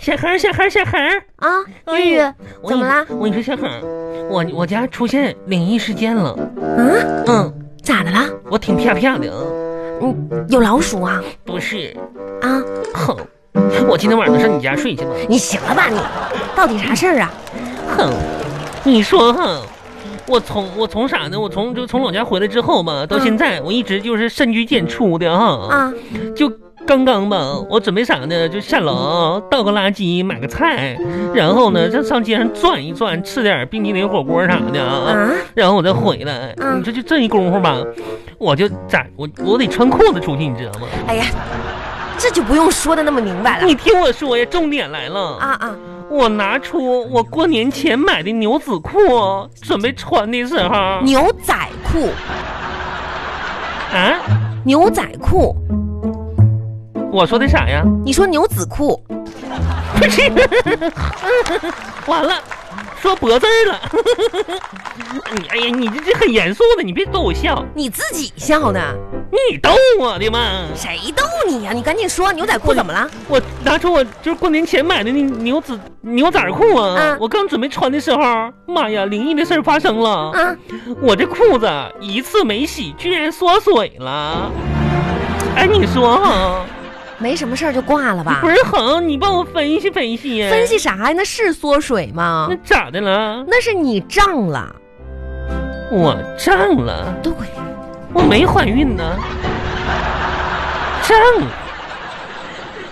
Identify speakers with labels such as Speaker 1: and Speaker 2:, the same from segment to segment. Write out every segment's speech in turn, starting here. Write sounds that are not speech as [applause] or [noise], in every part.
Speaker 1: 小恒，小恒，小恒，
Speaker 2: 啊，
Speaker 1: 哎
Speaker 2: 日
Speaker 1: 呦
Speaker 2: 日
Speaker 1: 我
Speaker 2: 怎
Speaker 1: 跟
Speaker 2: 么
Speaker 1: 你
Speaker 2: 啦？
Speaker 1: 我跟你说，小恒，我我家出现灵异事件了。
Speaker 2: 嗯，
Speaker 1: 嗯，
Speaker 2: 咋的啦？
Speaker 1: 我挺啪啪的。嗯
Speaker 2: 嗯，有老鼠啊？
Speaker 1: 不是，
Speaker 2: 啊，
Speaker 1: 哼，我今天晚上上你家睡去吧。
Speaker 2: 你行了吧你？到底啥事儿啊？
Speaker 1: 哼，你说哼，我从我从啥呢？我从就从老家回来之后吧，到
Speaker 2: 嗯
Speaker 1: 现在、我一直就是深居简出的哈。
Speaker 2: 啊，
Speaker 1: 就刚刚吧，我准备啥呢？就下楼倒个垃圾，买个菜，然后呢，就上街上转一转，吃点冰淇淋火锅啥的啊。
Speaker 2: 啊，
Speaker 1: 然后我再回来，
Speaker 2: 嗯
Speaker 1: 你说就这一功夫吧，我就咋我我得穿裤子出去，你知道吗？ [laughs]
Speaker 2: 哎呀，这就不用说的那么明白了
Speaker 1: 你听我说呀，重点来了
Speaker 2: 啊啊！
Speaker 1: 我拿出我过年前买的牛仔裤，准备穿的时候，
Speaker 2: 牛仔裤，
Speaker 1: 啊，
Speaker 2: 牛仔裤，
Speaker 1: 我说的啥呀？
Speaker 2: 你说牛仔裤，
Speaker 1: 不是，完了，说脖子儿了。 [laughs] 你哎呀，你这这很严肃的，你别逗我笑，
Speaker 2: 你自己笑呢？
Speaker 1: 你逗我的嘛。
Speaker 2: 谁逗你呀、你赶紧说牛仔裤怎么了？
Speaker 1: 我拿出我就是过年前买的那牛仔牛仔裤啊，
Speaker 2: 嗯
Speaker 1: 我刚准备穿的时候，妈呀，灵异的事儿发生了。
Speaker 2: 啊，
Speaker 1: 我这裤子啊一次没洗，居然缩水了。哎，你说
Speaker 2: 啊
Speaker 1: 哈，
Speaker 2: 没什么事儿就挂了吧
Speaker 1: 不？是恒，你帮我分析分析。
Speaker 2: 分析啥呀？那是缩水吗
Speaker 1: 那？咋的了？
Speaker 2: 那是你胀了。
Speaker 1: 我胀了，
Speaker 2: 对，
Speaker 1: 我没怀孕呢。胀，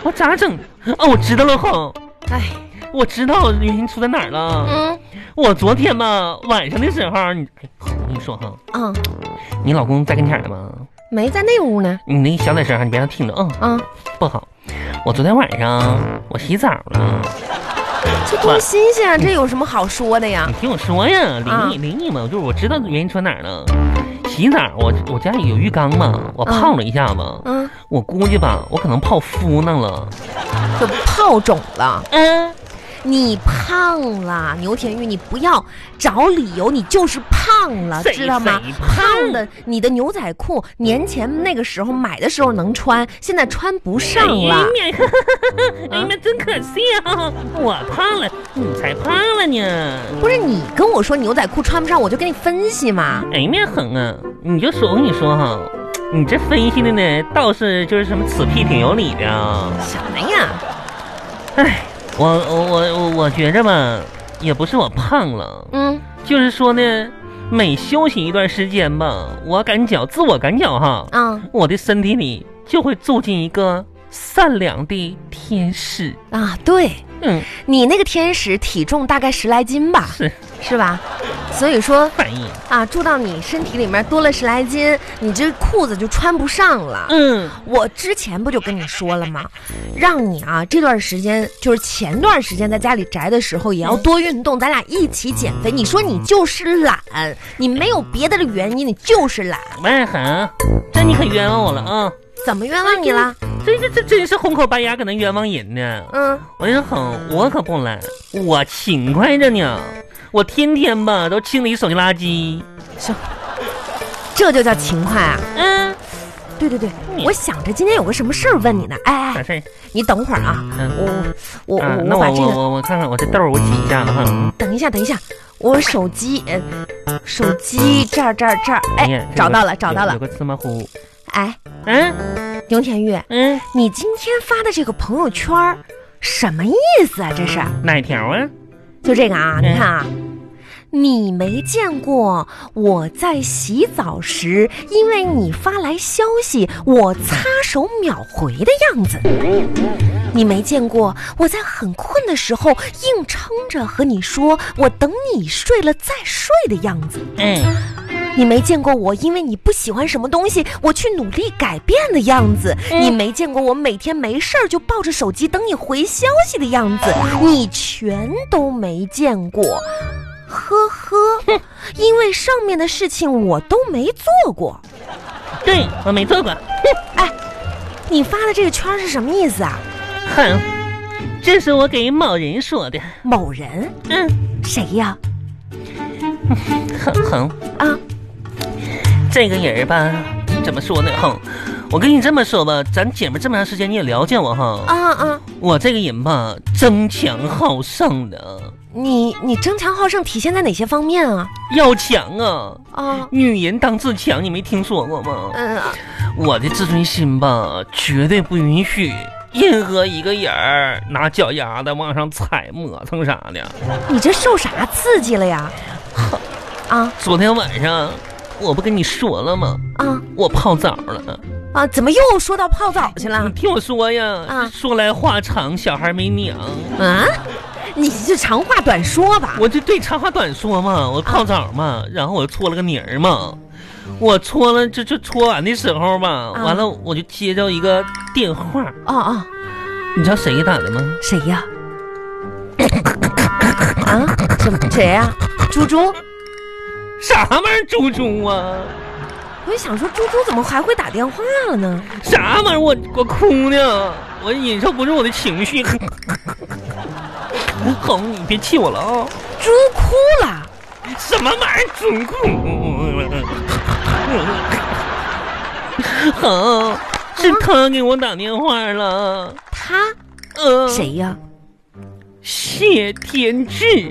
Speaker 1: 我咋整？哦，我知道了，恒，
Speaker 2: 哎，
Speaker 1: 我知道原因出在哪儿了。
Speaker 2: 嗯
Speaker 1: 我昨天吧晚上的时候，你哎恒我跟你说哈，
Speaker 2: 啊，
Speaker 1: 你老公在跟前儿呢吗？
Speaker 2: 没在那屋呢。
Speaker 1: 你那小点声儿，你别让他听着啊、
Speaker 2: 啊，
Speaker 1: 不好。我昨天晚上我洗澡了。
Speaker 2: 这多新鲜啊！这有什么好说的呀
Speaker 1: 你？啊听我说呀，灵
Speaker 2: 啊
Speaker 1: 异灵异嘛，就是我知道原因出在哪儿了。洗澡，我我家有浴缸嘛，我泡了一下嘛，
Speaker 2: 啊，
Speaker 1: 我估计吧，我可能泡敷弄了。
Speaker 2: 就泡肿了。
Speaker 1: 嗯，
Speaker 2: 你胖了，牛田玉，你不要找理由，你就是胖了，
Speaker 1: 啊谁
Speaker 2: 知道吗
Speaker 1: 谁？
Speaker 2: 胖的，你的牛仔裤年前那个时候买的时候能穿，现在穿不上
Speaker 1: [laughs]
Speaker 2: 了。
Speaker 1: 哎呀妈，哎呀妈，真可惜啊！我胖了，你才胖了呢。
Speaker 2: 不是你跟我说牛仔裤穿不上，我就跟你分析嘛。
Speaker 1: 哎呀妈，狠啊！你就说我跟你说哈，你这分析的呢，倒是就是什么此屁挺有理的啊。
Speaker 2: 什么呀？
Speaker 1: 哎，我我我我我觉着吧，也不是我胖了。
Speaker 2: 嗯，
Speaker 1: 就是说呢，每休息一段时间吧，我感觉自我感觉哈，
Speaker 2: 啊
Speaker 1: 我的身体里就会住进一个善良的天使。
Speaker 2: 啊，对
Speaker 1: 嗯，
Speaker 2: 你那个天使体重大概十来斤吧，
Speaker 1: 是
Speaker 2: 是吧？所以说
Speaker 1: 反应。
Speaker 2: 啊，住到你身体里面多了十来斤，你这裤子就穿不上了。
Speaker 1: 嗯，
Speaker 2: 我之前不就跟你说了吗？让你啊，这段时间就是前段时间在家里宅的时候，也
Speaker 1: 嗯
Speaker 2: 要多运动，咱俩一起减肥。你说你就是懒，你没有别的原因，你就是懒，
Speaker 1: 外涵，这哎你可冤枉我了啊！
Speaker 2: 怎么冤枉你了？
Speaker 1: 这这这真是红口白牙搁那冤枉人呢！
Speaker 2: 嗯，
Speaker 1: 我跟你说，哼，我可不懒，我勤快着呢，我天天吧都清理手机垃圾。
Speaker 2: 这就叫勤快啊！
Speaker 1: 嗯，
Speaker 2: 对对对
Speaker 1: 你，
Speaker 2: 我想着今天有个什么事儿问你呢。哎
Speaker 1: 啥
Speaker 2: 哎，
Speaker 1: 事儿？
Speaker 2: 你等会儿啊，
Speaker 1: 嗯，
Speaker 2: 我我
Speaker 1: 啊，
Speaker 2: 我
Speaker 1: 那
Speaker 2: 我
Speaker 1: 我
Speaker 2: 把这
Speaker 1: 我
Speaker 2: 个
Speaker 1: 我我看看我这豆儿我挤一下子哈。嗯
Speaker 2: 等一下等一下，我手机呃手机这儿这儿这儿，
Speaker 1: 哎呀
Speaker 2: 哎
Speaker 1: 这，
Speaker 2: 找
Speaker 1: 有
Speaker 2: 到了找到
Speaker 1: 有
Speaker 2: 了
Speaker 1: 有，个芝麻糊。
Speaker 2: 哎，
Speaker 1: 嗯
Speaker 2: 牛田玉。
Speaker 1: 嗯，
Speaker 2: 你今天发的这个朋友圈儿什么意思啊？这是
Speaker 1: 哪条啊？
Speaker 2: 就这个啊？
Speaker 1: 嗯
Speaker 2: 你看啊，你没见过我在洗澡时，因为你发来消息，我擦手秒回的样子。你没见过我在很困的时候硬撑着和你说我等你睡了再睡的样子。
Speaker 1: 嗯，
Speaker 2: 你没见过我因为你不喜欢什么东西，我去努力改变的样子；
Speaker 1: 嗯
Speaker 2: 你没见过我每天没事儿就抱着手机等你回消息的样 [laughs] 子，你全都没见过。呵 [laughs] 呵，因为上面的事情我都没做 [laughs] 过。哎
Speaker 1: 对我没做过。
Speaker 2: 你发的这个圈儿是什么意思啊？
Speaker 1: 哼，这是我给某人说的。
Speaker 2: 某人
Speaker 1: 嗯，
Speaker 2: 谁呀？
Speaker 1: 哼哼，
Speaker 2: 啊，
Speaker 1: 这个人吧，怎么说呢？哼，我跟你这么说吧，咱姐们这么长时间你也了解我哈，
Speaker 2: 啊啊，
Speaker 1: 我这个人吧，争强好胜的，
Speaker 2: 你你争强好胜体现在哪些方面啊？
Speaker 1: 要强啊！
Speaker 2: 啊，
Speaker 1: 女人当自强，你没听说过吗？
Speaker 2: 嗯、
Speaker 1: 我的自尊心吧，绝对不允许任何一个人儿拿脚丫子往上踩、磨蹭啥的。
Speaker 2: 你这受啥刺激了呀？啊
Speaker 1: 昨天晚上我不跟你说了吗？
Speaker 2: 啊
Speaker 1: 我泡澡了。
Speaker 2: 啊！怎么又说到泡澡去
Speaker 1: 你
Speaker 2: 了？
Speaker 1: 听我说呀，
Speaker 2: 啊
Speaker 1: 说来话长，小孩没娘。
Speaker 2: 啊，你就长话短说吧。
Speaker 1: 我就对长话短说嘛，我泡澡嘛，然后我搓了个泥儿嘛，我搓了就就搓完的时候吧，
Speaker 2: 啊
Speaker 1: 完了我就接到一个电话，
Speaker 2: 哦哦，
Speaker 1: 你知道谁给打的吗？
Speaker 2: 谁呀？ [coughs] 啊，什么谁呀？猪猪。
Speaker 1: 啥玩意儿猪猪啊？
Speaker 2: 我就想说，猪猪怎么还会打电话了呢？
Speaker 1: 啥玩意儿？我我哭呢，我忍受不住我的情绪。 [laughs] 红，你别气我了啊、
Speaker 2: 猪哭了。
Speaker 1: 什么玩意儿猪哭？红，哦是他给我打电话了。
Speaker 2: 他
Speaker 1: 呃，
Speaker 2: 谁呀？
Speaker 1: 谢天志，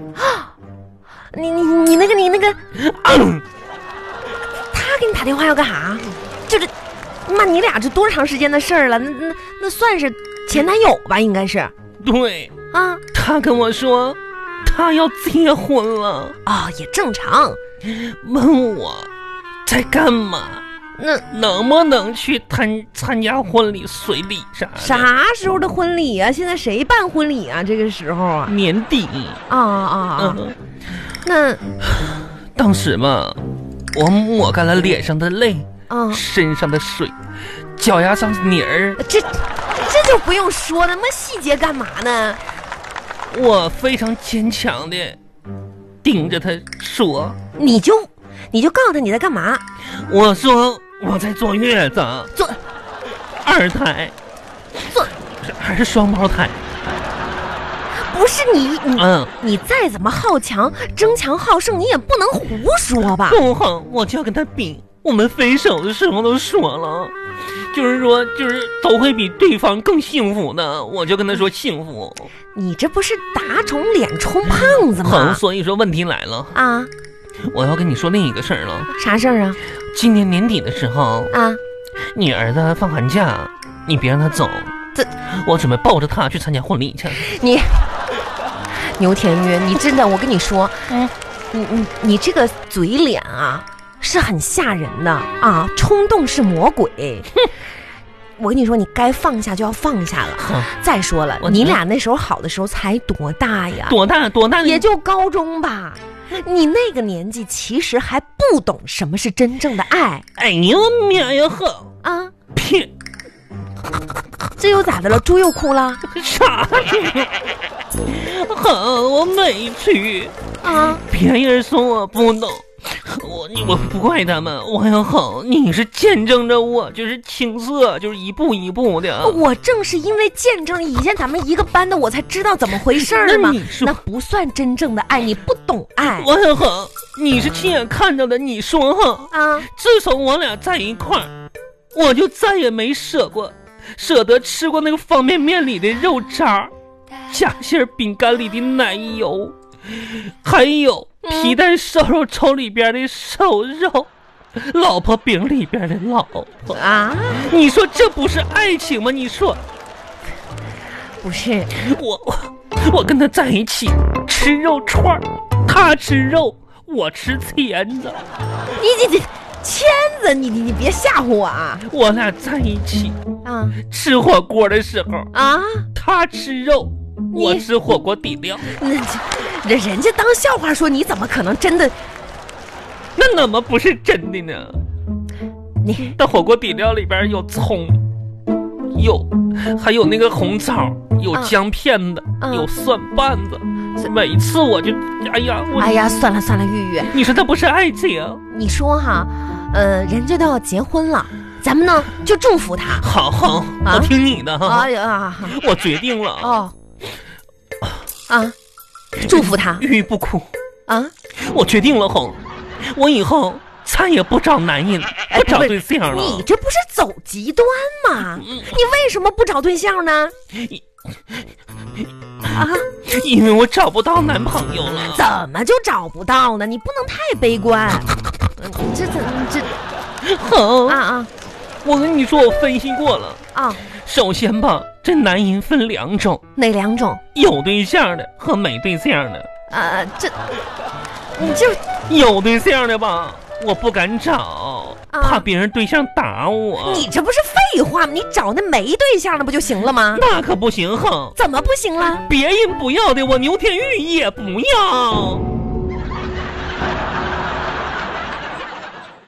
Speaker 2: 你你你那个你那个，他给你打电话要干啥？就是，那你俩这多长时间的事儿了？那那那算是前男友吧，应该是啊
Speaker 1: 对
Speaker 2: 啊、
Speaker 1: 他跟我说，他要结婚了，
Speaker 2: 哦，也正常。
Speaker 1: 问我在干嘛，
Speaker 2: 那
Speaker 1: 能不能去参参加婚礼、随礼啥的？
Speaker 2: 啥时候的婚礼啊？现在谁办婚礼啊？这个时候啊
Speaker 1: 年底，
Speaker 2: 啊啊啊！
Speaker 1: 嗯，
Speaker 2: 那
Speaker 1: 当时嘛，我抹干了脸上的泪，
Speaker 2: 啊，
Speaker 1: 身上的水，脚丫上的泥儿，
Speaker 2: 这这就不用说了，那么细节干嘛呢？
Speaker 1: 我非常坚强的盯着他说，
Speaker 2: 你就你就告诉他你在干嘛，
Speaker 1: 我说我在坐月子，
Speaker 2: 坐
Speaker 1: 二胎，
Speaker 2: 坐
Speaker 1: 还是双胞胎，
Speaker 2: 不是你你
Speaker 1: 嗯，
Speaker 2: 你再怎么好强、争强好胜，你也不能胡说吧？
Speaker 1: 不好，我就要跟他比。我们分手的时候都说了，就是说，就是都会比对方更幸福的。我就跟他说幸福，
Speaker 2: 你这不是打肿脸充胖子
Speaker 1: 好，
Speaker 2: 吗？
Speaker 1: 所以说问题来了，
Speaker 2: 啊，
Speaker 1: 我要跟你说另一个事儿了。
Speaker 2: 啥事儿啊？
Speaker 1: 今年年底的时候，
Speaker 2: 啊，
Speaker 1: 你儿子放寒假，你别让他走。
Speaker 2: 这，
Speaker 1: 我准备抱着他去参加婚礼去。
Speaker 2: 你牛田玉，你真的，我跟你说，
Speaker 1: 嗯
Speaker 2: 你你你这个嘴脸啊，是很吓人的啊！冲动是魔鬼。我跟你说，你该放下就要放下了。
Speaker 1: 哼，
Speaker 2: 再说了，
Speaker 1: 我
Speaker 2: 你俩那时候好的时候才多大呀？
Speaker 1: 多大多大？
Speaker 2: 也就高中吧。你那个年纪其实还不懂什么是真正的爱
Speaker 1: 哎呦妈呀！呵，
Speaker 2: 啊！
Speaker 1: 屁，
Speaker 2: 这又咋的 [laughs] 了？猪又哭了
Speaker 1: 啥？呵，我委屈。
Speaker 2: 啊？
Speaker 1: 别人说我不懂，我我不怪他们，我很好。你是见证着我，就是青涩，就是一步一步的。
Speaker 2: 我正是因为见证了以前咱们一个班的，我才知道怎么回事儿嘛
Speaker 1: 那你。说
Speaker 2: 那不算真正的爱，你不懂爱
Speaker 1: 我很好，你是亲眼看到的。你说哈，
Speaker 2: [laughs] 啊！
Speaker 1: 自从我俩在一块儿，我就再也没舍过舍得吃过那个方便面里的肉渣儿，夹心儿饼干里的奶油，还有皮蛋瘦肉粥里边的瘦肉，老婆饼里边的老婆。
Speaker 2: 啊，
Speaker 1: 你说这不是爱情吗？你说
Speaker 2: 不是，
Speaker 1: 我我我跟他在一起吃肉串儿，他吃肉，我吃钳子，
Speaker 2: 你你你签子，你你你别吓唬我啊！
Speaker 1: 我俩在一起
Speaker 2: 啊
Speaker 1: 吃火锅的时候，
Speaker 2: 啊，
Speaker 1: 他吃肉，
Speaker 2: 你
Speaker 1: 我吃火锅底料，
Speaker 2: 那这人人家当笑话说，你怎么可能真的？
Speaker 1: 那怎么不是真的呢？
Speaker 2: 你
Speaker 1: 那火锅底料里边有葱，有还有那个红枣，有
Speaker 2: 嗯
Speaker 1: 姜片子，
Speaker 2: 嗯
Speaker 1: 有蒜瓣子。
Speaker 2: 这
Speaker 1: 每次我就，哎呀，我、
Speaker 2: 哎呀，算了算了，玉玉。
Speaker 1: 你说这不是爱啊情？
Speaker 2: 你说哈，呃，人家都要结婚了，咱们呢就祝福
Speaker 1: [laughs]
Speaker 2: 他。
Speaker 1: 好好，
Speaker 2: 啊
Speaker 1: 我听你的哈，
Speaker 2: 哎呀，
Speaker 1: 我决定了，
Speaker 2: 哦，啊，祝福他
Speaker 1: 郁郁不哭，
Speaker 2: 啊！
Speaker 1: 我决定了，红，我以后咱也不找男人，
Speaker 2: 哎
Speaker 1: 不找
Speaker 2: 不是
Speaker 1: 对象了。
Speaker 2: 你这不是走极端吗？你为什么不找对象呢？啊，
Speaker 1: 因为我找不到男朋友
Speaker 2: [laughs]
Speaker 1: 了。
Speaker 2: 怎么就找不到呢？你不能太悲观。嗯这怎这
Speaker 1: 哼、
Speaker 2: 啊啊
Speaker 1: 我跟你说，我分析过了。
Speaker 2: 啊？
Speaker 1: 首先吧，这男人分两种，
Speaker 2: 哪两种？
Speaker 1: 有对象的和没对象的。
Speaker 2: 啊，这你就
Speaker 1: 有对象的吧，我不敢找，
Speaker 2: 啊
Speaker 1: 怕别人对象打我。
Speaker 2: 你这不是废话吗？你找那没对象的不就行了吗？
Speaker 1: 那可不行，哼！
Speaker 2: 怎么不行了？
Speaker 1: 别人不要的，我牛天玉也不要。